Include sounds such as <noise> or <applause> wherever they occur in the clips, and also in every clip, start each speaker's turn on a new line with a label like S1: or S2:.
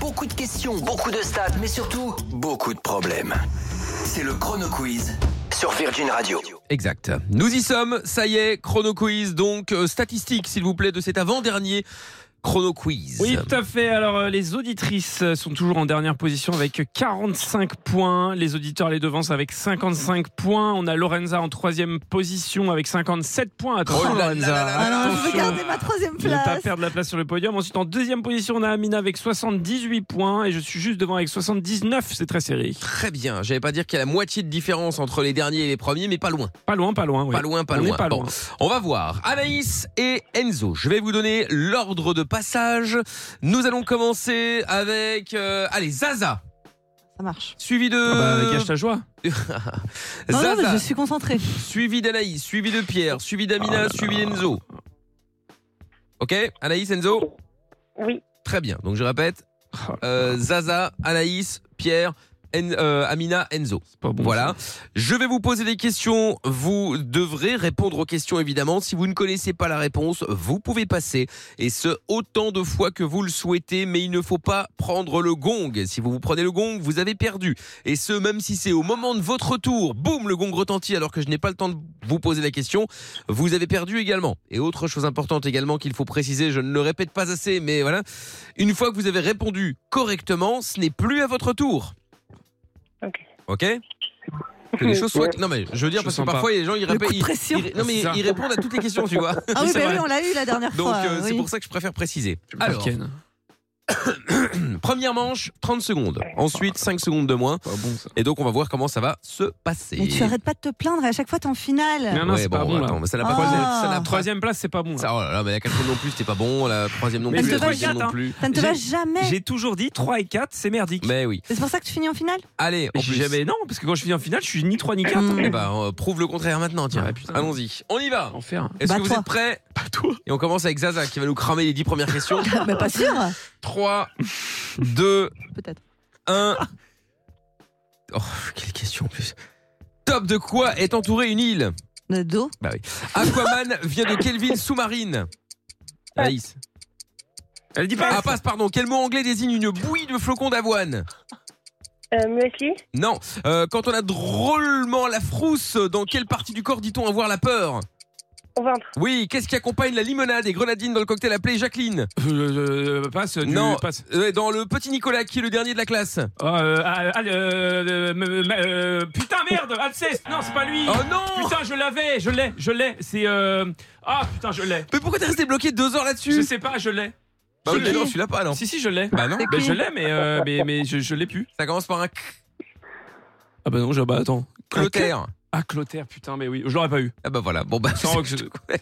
S1: beaucoup de questions, beaucoup de stats, mais surtout beaucoup de problèmes. C'est le Chrono Quiz sur Virgin Radio.
S2: Exact. Nous y sommes, ça y est, chrono quiz. Donc, euh, statistique, s'il vous plaît, de cet avant-dernier chrono quiz.
S3: Oui, tout à fait. Alors, euh, les auditrices euh, sont toujours en dernière position avec 45 points. Les auditeurs les devancent avec 55 points. On a Lorenza en troisième position avec 57 points. Attention,
S2: Oh là là
S3: Lorenza.
S2: là là là.
S4: Alors, je veux
S3: Attention.
S4: garder ma troisième
S3: Ne pas
S4: place.
S3: perdre la place sur le podium. Ensuite, en deuxième position, on a Amina avec 78 points et je suis juste devant avec 79. C'est très serré.
S2: Très bien. J'allais pas dire qu'il y a la moitié de différence entre les derniers et les premiers, mais pas loin.
S3: Pas loin, pas loin. oui.
S2: Pas loin, pas
S3: On est
S2: loin.
S3: Pas
S2: Bon.
S3: loin.
S2: On va voir. Anaïs et Enzo, je vais vous donner l'ordre de passage. Nous allons commencer avec. euh, allez, Zaza,
S4: Ça marche.
S2: suivi de.
S3: Ah bah, gâche ta joie.
S4: Non, non, mais
S2: Zaza,
S4: je
S3: <laughs>
S4: suis concentrée.
S2: suivi d'Anaïs, suivi de Pierre, suivi
S3: Ah
S2: d'Amina, suivi d'Enzo. Ok Anaïs, Enzo
S5: Oui.
S2: Très bien. Donc je répète
S3: Oh,
S2: euh, Zaza, Anaïs, Pierre, En- euh, Amina, Enzo.
S3: c'est pas bon,
S2: Voilà. Je vais vous poser des questions. Vous devrez répondre aux questions, évidemment. Si vous ne connaissez pas la réponse, vous pouvez passer. Et ce, autant de fois que vous le souhaitez. Mais il ne faut pas prendre le gong. Si vous vous prenez le gong, vous avez perdu. Et ce, même si c'est au moment de votre tour. Boum, le gong retentit alors que je n'ai pas le temps de vous poser la question. Vous avez perdu également. Et autre chose importante également qu'il faut préciser, je ne le répète pas assez, mais voilà. Une fois que vous avez répondu correctement, ce n'est plus à votre tour.
S5: Ok.
S2: Ok que les choses soient. Non, mais je veux dire,
S3: Je
S2: parce que
S3: sens pas.
S2: parfois, les gens, ils
S4: Le
S2: répètent.
S4: coup de pression.
S2: ils- ils- non, mais
S3: C'est ça.
S2: ils répondent à toutes les questions, tu vois. <laughs>
S4: Ah oui,
S3: c'est
S4: bah oui,
S3: vrai.
S4: on l'a eu la dernière
S2: Donc,
S4: fois.
S2: euh, c'est
S4: oui.
S2: pour ça que je préfère préciser.
S3: Alors.
S2: Alors, première manche, 30 secondes. Ensuite, 5 secondes de moins.
S3: Pas bon, ça.
S2: Et donc, on va voir comment ça va se passer.
S4: Mais tu arrêtes pas de te plaindre et à chaque fois t'es en finale.
S3: Non, non,
S2: Ouais,
S3: c'est
S2: bon,
S3: pas bon, là.
S2: attends, mais ça n'a pas
S4: Ah.
S2: ça n'a pas-
S3: Troisième place, c'est pas bon. là.
S2: <laughs> Ça, oh là là, mais la quatrième non plus, c'était pas bon. La troisième non
S3: Mais
S2: plus.
S4: c'est
S2: La
S4: pas
S2: troisième
S3: quatre,
S2: non
S3: hein.
S2: plus.
S4: Ça ne te
S3: J'ai-
S4: va jamais.
S3: J'ai toujours dit 3 et 4, c'est merdique.
S2: Mais oui.
S4: C'est pour ça que tu finis
S3: <laughs>
S4: en finale
S2: Allez, en
S3: J'ai
S2: plus.
S3: jamais non, parce que quand je finis en finale, je suis ni 3 ni 4.
S4: Mm.
S2: Eh ben, euh, prouve le contraire maintenant, tiens.
S3: Ouais, Ah, putain.
S2: Allons-y. On y va.
S3: Enfer.
S2: Est-ce que vous
S4: Bats-toi.
S2: êtes prêts
S3: Pas toi.
S2: Et on commence avec Zaza qui va nous cramer les 10 premières questions.
S3: <laughs> Ah,
S4: Bah, pas sûr.
S2: 3, 2,
S4: Peut-être.
S2: 1. Oh, quelle question en plus. Top de quoi est entourée une île
S4: Le dos.
S2: Aquaman vient de quelle ville sous-marine Anaïs.
S3: Elle dit pas.
S2: Ah, passe, pardon. Quel mot anglais désigne une bouillie de flocons d'avoine
S5: Euh, muesli
S2: Non. Euh, quand on a drôlement la frousse, dans quelle partie du corps dit-on avoir la peur
S5: au ventre.
S2: Oui, qu'est-ce qui accompagne la limonade et grenadine dans le cocktail appelé Jacqueline
S3: Euh, euh, passe. du-
S2: Non.
S3: Passe.
S2: Euh, Dans le petit Nicolas qui est le dernier de la classe
S3: Ah, euh, ah, ah, euh, euh, me- me- euh, putain merde, Alceste. Non, c'est pas lui.
S2: Oh non
S3: Putain, je l'avais, je l'ai, je l'ai. C'est euh... ah putain, je l'ai.
S2: Mais pourquoi t'es resté bloqué deux heures là-dessus
S3: Je sais pas, je l'ai.
S2: Bah oui,
S3: Je
S2: mais
S3: l'ai.
S2: non, celui-là pas, non.
S3: Si si, je l'ai.
S2: Bah non,
S4: C'est
S3: Ben,
S4: qui
S3: je l'ai, mais euh,
S2: <laughs>
S3: mais mais je, je l'ai plus.
S2: ça commence par un c-
S3: Ah bah non, je, bah attends.
S2: clotaire.
S3: Ah Clotaire, putain, mais oui, je l'aurais pas eu.
S2: Ah bah voilà, bon bah <laughs>
S3: Sans, regret.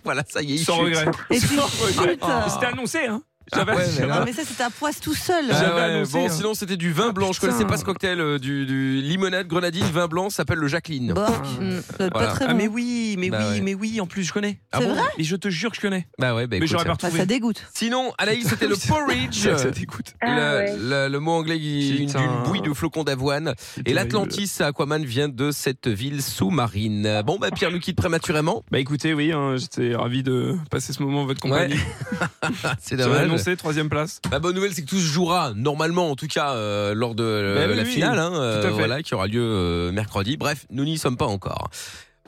S2: voilà, ça y est, il
S3: sans
S2: chute.
S3: regret. <laughs>
S4: Et tu
S3: Sans regret.
S4: chutes.
S3: Mais oh, C'était annoncé, hein.
S2: Ah ouais, mais
S3: j'avais-
S2: là-
S4: Non, mais ça, c'était à poisse tout seul.
S2: Ah
S3: J'avais
S2: ouais,
S3: annoncé,
S2: bon,
S3: hein.
S2: sinon c'était du vin blanc. Je
S3: putain.
S2: connaissais pas ce cocktail euh, du, du limonade, grenadine, vin blanc. ça S'appelle le Jacqueline.
S3: Bah.
S4: Bork, mm, ça doit être
S2: Voilà.
S4: pas très
S3: Ah
S4: bon.
S3: mais oui, mais
S2: Bah
S3: oui,
S2: ouais.
S3: mais oui, en plus je connais. Ah,
S2: Ah
S4: C'est
S2: bon
S4: vrai
S3: Mais je te jure que je connais.
S2: Bah ouais, bah
S3: mais
S2: écoute, ça.
S3: j'aurais pas
S4: Bah,
S3: retrouvé.
S4: ça dégoûte.
S2: Sinon, Anaïs, c'était
S3: <laughs>
S2: le porridge.
S3: ça t'écoute.
S5: Ah,
S2: le,
S5: ouais.
S2: le- le mot anglais qui-
S3: Putain.
S2: d'une bouille de flocons d'avoine. Et l'Atlantis à Aquaman vient de cette ville sous-marine. Bon, bah Pierre nous quitte prématurément.
S3: Bah écoutez, oui, hein, j'étais ravi de passer ce moment en votre compagnie.
S2: Ah, C'est
S3: J'avais
S2: dommage.
S3: annoncé troisième place.
S2: La Bah, bonne nouvelle, c'est que tout se jouera normalement, en tout cas euh, lors de euh,
S3: Ben oui,
S2: la
S3: oui,
S2: finale, hein, euh,
S3: à fait.
S2: voilà, qui aura lieu euh, mercredi. Bref, nous n'y sommes pas encore.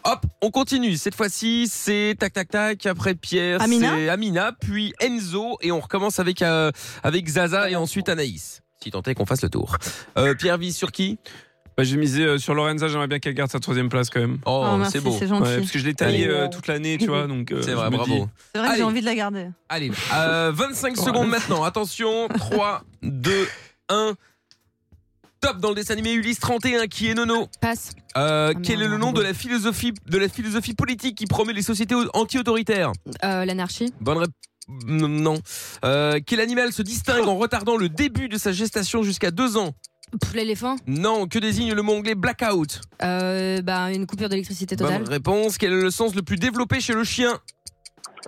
S2: Hop, on continue. Cette fois-ci, c'est tac tac tac. Après Pierre,
S4: Amina
S2: c'est Amina, puis Enzo, et on recommence avec euh, avec Zaza et ensuite Anaïs. Si tant est qu'on fasse le tour. Euh, Pierre vise sur qui
S3: Bah, j'ai misé euh, sur Lorenza, j'aimerais bien qu'elle garde sa troisième place quand même.
S2: Oh,
S4: Ah, merci,
S2: c'est beau.
S4: C'est
S3: Ouais,
S4: gentil.
S3: parce que je l'ai taillée
S5: Allez.
S3: euh, toute l'année, tu vois, donc. euh,
S2: C'est
S3: je
S2: vrai,
S3: me
S2: bravo.
S3: dis-
S4: C'est vrai que
S2: Allez.
S4: j'ai envie de la garder.
S2: Allez, euh, 25 secondes maintenant. Attention, 3, 2, 1. Top dans le dessin animé Ulysse 31 qui est Nono.
S6: Passe.
S2: Euh,
S6: Ah,
S2: quel est
S6: merde,
S2: le nom
S6: merde.
S2: de la philosophie de la philosophie politique qui promet les sociétés au- anti-autoritaires
S6: Euh, L'anarchie.
S2: Bonne réponse. Non. Euh, quel animal se distingue en retardant le début de sa gestation jusqu'à deux ans
S6: Pff, L'éléphant.
S2: Non. Que désigne le mot anglais blackout
S6: Euh, bah, une coupure d'électricité totale.
S2: Bonne réponse. Quel est le sens le plus développé chez le chien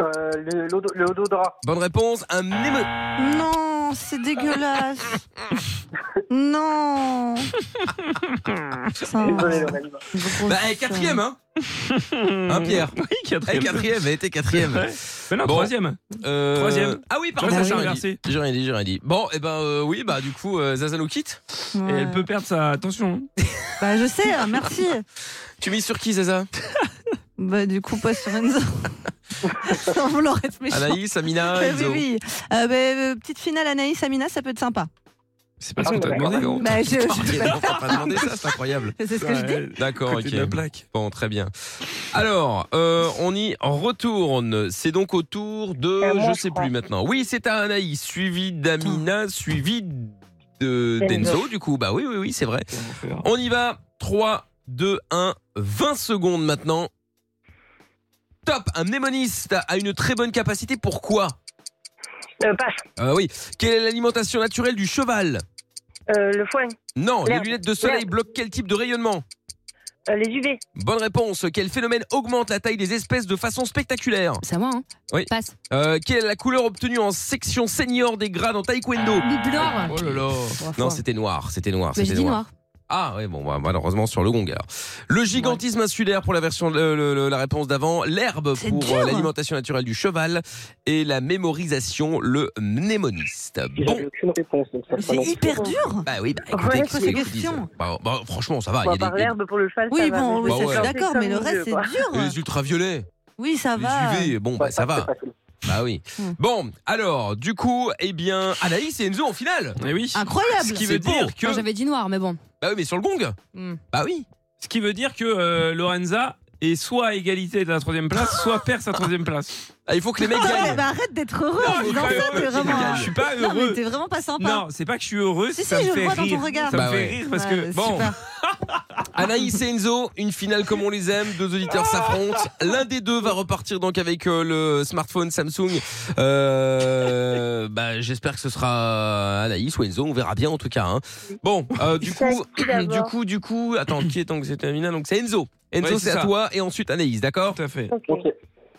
S7: Euh, le- l'odo- le odorat.
S2: Bonne réponse. Un émo-
S3: Ah.
S4: Non, c'est dégueulasse. non. Putain.
S7: Désolé, Lorraine.
S4: Grosse-
S2: Bah,
S3: <laughs>
S2: eh, quatrième, hein Hein, Pierre
S3: Oui,
S2: Eh,
S3: quatrième.
S2: quatrième, elle était quatrième.
S3: Ouais. Mais non,
S2: Bon.
S3: troisième.
S2: Euh,
S3: Troisième. Ah oui, pardon,
S2: Bah
S3: j'ai
S2: oui.
S3: inversé.
S2: J'ai rien dit, j'ai rien dit. Bon, et ben euh, oui, bah du coup, euh, Zaza nous quitte.
S3: Et elle peut perdre sa hein. attention.
S4: Bah, je sais, hein, merci.
S2: Tu mises sur qui, Zaza
S4: Bah, du coup, pas sur
S5: <laughs>
S4: Enzo. Sans vouloir être méchant.
S2: Anaïs,
S3: ah,
S2: Amina,
S4: Eh oui,
S2: Enzo.
S4: oui. Euh, bah, euh, petite finale, Anaïs, Amina, ça peut être sympa.
S3: C'est pas ce qu'on t'a
S5: Ah,
S3: demandé.
S2: Bah,
S4: Bah, je,
S2: non,
S4: je-
S2: on va pas demander ça, c'est incroyable.
S4: c'est ce que je dis.
S3: Ouais.
S2: D'accord,
S3: Côté
S2: ok.
S3: de la plaque.
S2: Bon, très bien. Alors, euh, on y retourne. C'est donc au tour de,
S5: À moi,
S2: je sais
S5: je crois.
S2: plus maintenant. Oui, c'est à Anaïs, suivi d'Amina, suivi de
S5: D'Enzo.
S2: d'Enzo, du coup. Bah oui, oui, oui, c'est vrai. On y va. 3, 2, 1, 20 secondes maintenant. Top Un mnémoniste a une très bonne capacité. Pourquoi
S5: Euh, passe.
S2: Euh, Oui. Quelle est l'alimentation naturelle du cheval
S5: Euh, le foin.
S2: Non. Les
S5: L'herbe.
S2: lunettes de soleil
S5: L'herbe.
S2: bloquent quel type de rayonnement
S5: Euh, les UV.
S2: Bonne réponse. Quel phénomène augmente la taille des espèces de façon spectaculaire
S6: C'est à moi, hein
S2: Oui.
S6: Passe.
S2: Euh, Quelle est la couleur obtenue en section senior des grades en taekwondo
S6: Du blanc.
S2: Oh là là Non, c'était noir, c'était noir,
S6: Ah. hein. Mais j'ai
S2: c'était
S6: dit
S2: noir.
S6: noir.
S2: Ah oui, bon, bah, malheureusement sur le gong alors. Le gigantisme insulaire pour la version, le- le- le- la réponse d'avant, l'herbe
S4: C'est
S2: pour
S4: dur.
S2: euh, l'alimentation naturelle du cheval et la mémorisation, le mnémoniste. Bon,
S7: J'avais aucune réponse. donc ça
S4: Mais
S7: prend
S4: C'est hyper dur.
S2: bah oui, bah
S5: Ouais,
S2: écoutez, qu'est-ce
S5: c'est
S2: que
S5: des
S2: vous dites
S4: questions.
S2: Bah, bah, franchement, ça va.
S5: Bon,
S2: Il
S5: à
S2: y a
S5: part
S2: des, Bah
S5: l'herbe pour le cheval, ça
S4: Oui,
S5: va,
S4: bon,
S5: mais
S3: Bah
S4: oui, ça,
S2: ouais.
S4: je suis d'accord,
S5: comme
S4: mais le
S5: il
S4: reste,
S5: veut, quoi.
S4: c'est dur. hein.
S2: les ultraviolets,
S4: Oui, ça
S2: les
S4: va.
S2: UV, bon, bah,
S7: Ouais,
S2: ça va.
S7: c'est facile.
S2: Bah oui.
S4: Hmm.
S2: Bon, alors, du coup, eh bien, Anaïs et Enzo en finale.
S3: Eh oui.
S4: Incroyable.
S2: Ce qui
S3: C'est
S2: veut
S3: beau.
S2: dire que.
S6: Non, Ah, J'avais dit noir, mais bon.
S2: Bah oui, mais sur le gong
S6: Hmm.
S2: Bah oui.
S3: Ce qui veut dire que euh, Lorenza est soit à égalité de la troisième
S4: <laughs>
S3: place, soit perd sa troisième place.
S2: Ah, il faut que les mecs
S4: Non, mais
S2: gagnent.
S4: bah, arrête d'être heureux.
S3: Non, je suis
S4: Non,
S3: pas heureux.
S4: t'es vraiment.
S3: Je suis pas
S4: Non, mais
S3: heureux.
S4: t'es vraiment pas sympa.
S3: Non, c'est pas que je suis heureux,
S4: Si,
S3: ça
S4: si,
S3: me
S4: je le
S3: fait
S4: vois dans
S3: rire.
S4: ton regard.
S3: Ça
S2: Bah
S3: me fait
S2: ouais.
S3: rire parce
S4: Ouais,
S3: que, bon,
S4: super.
S2: Anaïs et Enzo, une finale comme on les aime, deux auditeurs s'affrontent. L'un des deux va repartir donc avec euh, le smartphone Samsung. Euh, bah, j'espère que ce sera Anaïs ou Enzo, on verra bien en tout cas. hein. Bon, euh, du
S5: C'est à
S2: coup,
S5: qui d'abord
S2: du coup, du coup, attends, qui est donc c'était Amina Donc c'est Enzo. Enzo,
S3: Ouais, c'est
S2: c'est à
S3: ça.
S2: toi et ensuite Anaïs, d'accord
S3: tout à fait.
S5: Ok.
S7: Ok.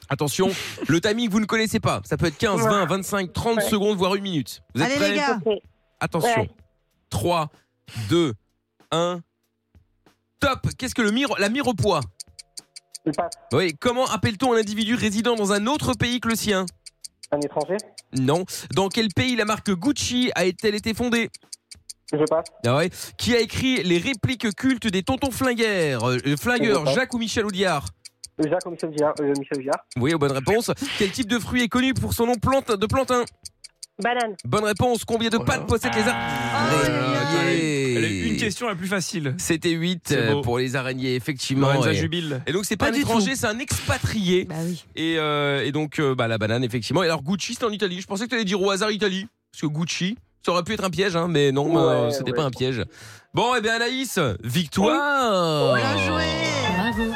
S2: Attention, le timing vous ne connaissez pas. Ça peut être 15, 20, 25, 30
S5: Ouais.
S2: secondes, voire une minute. Vous êtes
S4: Allez,
S2: prêts
S4: les gars.
S5: Ok.
S2: Attention.
S5: Ouais.
S2: 3, 2, 1. Top Qu'est-ce que le mire, la mirepoix
S7: Il passe.
S2: Oui, comment appelle-t-on un individu résident dans un autre pays que le sien
S7: Un étranger
S2: Non. Dans quel pays la marque Gucci a-t-elle été fondée
S7: Je passe.
S2: ah ouais. Qui a écrit les répliques cultes des tontons flingueurs Euh, euh, Flingueurs, Jacques ou Michel Audiard
S7: Euh, Jacques ou Michel Villard euh, Michel Villard.
S2: Oui, bonne réponse. Quel type de fruit est connu pour son nom plante, de plantain
S5: Banane.
S2: Bonne réponse. Combien de
S3: Oh là là. Ah,
S2: pattes possèdent les arbres
S4: Oh là là.
S2: Araignées.
S3: Elle a eu une question la plus facile.
S2: C'était 8
S3: C'est beau.
S2: pour les araignées, effectivement.
S3: Lorenza
S2: Et-
S3: jubile.
S2: Et donc c'est pas,
S4: Pas
S2: un
S4: du
S2: étranger, c'est un expatrié.
S6: Bah oui.
S2: Et, euh, et donc euh, bah, la banane effectivement. Et alors Gucci c'était en Italie. Je pensais que tu allais dire au hasard Italie. Parce que Gucci, ça aurait pu être un piège, hein, mais non,
S7: Ouais,
S2: euh, c'était
S7: ouais.
S2: pas un piège. Bon, et bien Anaïs, victoire
S4: Bien joué.
S6: Bravo.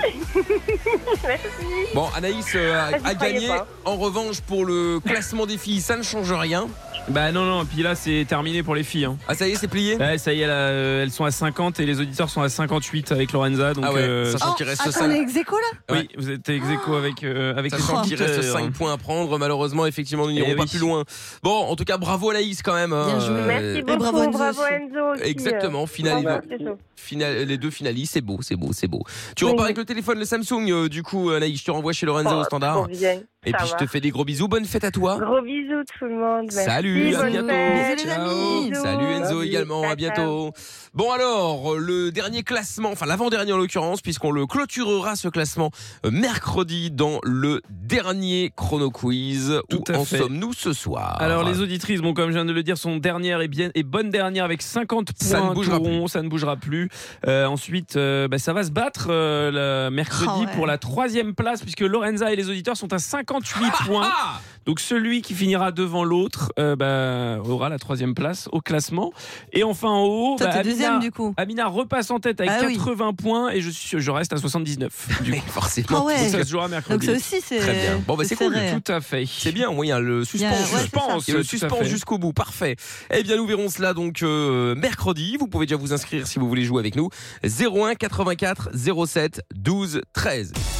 S2: Bon, Anaïs euh, a,
S5: Ah, j'y
S2: a
S5: croyais
S2: gagné.
S5: pas.
S2: En revanche, pour le classement des filles, ça ne change rien.
S3: Bah non, non, puis là c'est terminé pour les filles. hein.
S2: Ah, ça y est, c'est plié
S3: Ouais, ça y est, là, euh, elles sont à 50 et les auditeurs sont à 58 avec Lorenza. Donc,
S2: Ah ouais,
S3: euh,
S2: sachant
S4: Oh,
S2: qu'il reste
S4: attends, on
S2: 5
S4: est ex aequo, là
S3: oui, vous êtes ex aequo avec, euh, avec les
S2: Sachant qu'il reste
S3: auditeurs.
S2: 5 points à prendre, malheureusement, effectivement, nous n'irons
S3: Eh
S2: pas
S3: oui.
S2: plus loin. Bon, en tout cas, bravo Anaïs quand même. hein.
S6: Bien joué.
S5: Merci beaucoup.
S4: bravo
S5: Bravo
S4: Enzo
S5: Enzo.
S4: aussi.
S5: aussi, euh,
S2: Exactement, finale,
S5: bravo, c'est chaud.
S2: Final- les deux finalistes, c'est beau, c'est beau, c'est beau. Tu
S5: Oui,
S2: repars
S5: oui.
S2: avec le téléphone, le Samsung, euh, du coup, Anaïs, je te renvoie chez Lorenzo
S5: Oh,
S2: au standard.
S5: trop bien.
S2: Et
S5: ça
S2: puis, je te
S5: va.
S2: fais des gros bisous. Bonne fête à toi.
S5: Gros bisous tout le monde.
S2: Salut,
S5: Merci,
S2: à
S5: bonne
S2: bientôt.
S5: fête.
S4: Bisous, les
S2: Ciao.
S4: amis. Bisous.
S2: Salut Enzo
S7: Salut.
S2: également, à
S5: Ciao,
S2: bientôt. Bon alors, euh, le dernier classement, enfin l'avant-dernier en l'occurrence, puisqu'on le clôturera ce classement euh, mercredi dans le dernier chrono quiz.
S3: Tout
S2: où
S3: à
S2: en
S3: fait.
S2: sommes-nous ce soir
S3: Alors les auditrices, bon comme je viens de le dire, sont dernières et bien et bonnes dernières avec 50 points.
S2: Ça ne bougera
S3: tout rond, ça ne bougera plus. Euh, ensuite, euh, bah, ça va se battre euh, le mercredi
S4: Oh, ouais.
S3: pour la troisième place puisque Lorenza et les auditeurs sont à 58
S4: <laughs>
S3: points.
S2: Ah
S3: Donc celui qui finira devant l'autre euh, bah, aura la troisième place au classement. Et enfin en haut,
S4: Toi,
S3: bah,
S4: t'es
S3: Amina-
S4: deuxième, du coup.
S3: Amina repasse en tête avec
S4: Ah oui.
S3: 80 points et je, suis- je reste à 79.
S4: <laughs>
S2: Mais forcément.
S4: Ah ouais.
S3: Donc ça se jouera
S4: Donc,
S3: mercredi.
S4: ça aussi, c'est.
S2: Très bien. Bon, bah, c'est cool,
S4: serré.
S3: Tout à fait.
S2: C'est bien, oui, hein, le
S4: Il y
S2: suspense.
S4: a- ouais,
S2: jusqu'au
S4: c'est ça.
S3: suspense,
S2: Il y a le
S3: tout à
S2: suspense
S3: fait.
S2: jusqu'au bout, parfait. Eh bien, nous verrons cela donc euh, mercredi. Vous pouvez déjà vous inscrire si vous voulez jouer avec nous. 01 84 07 12 13.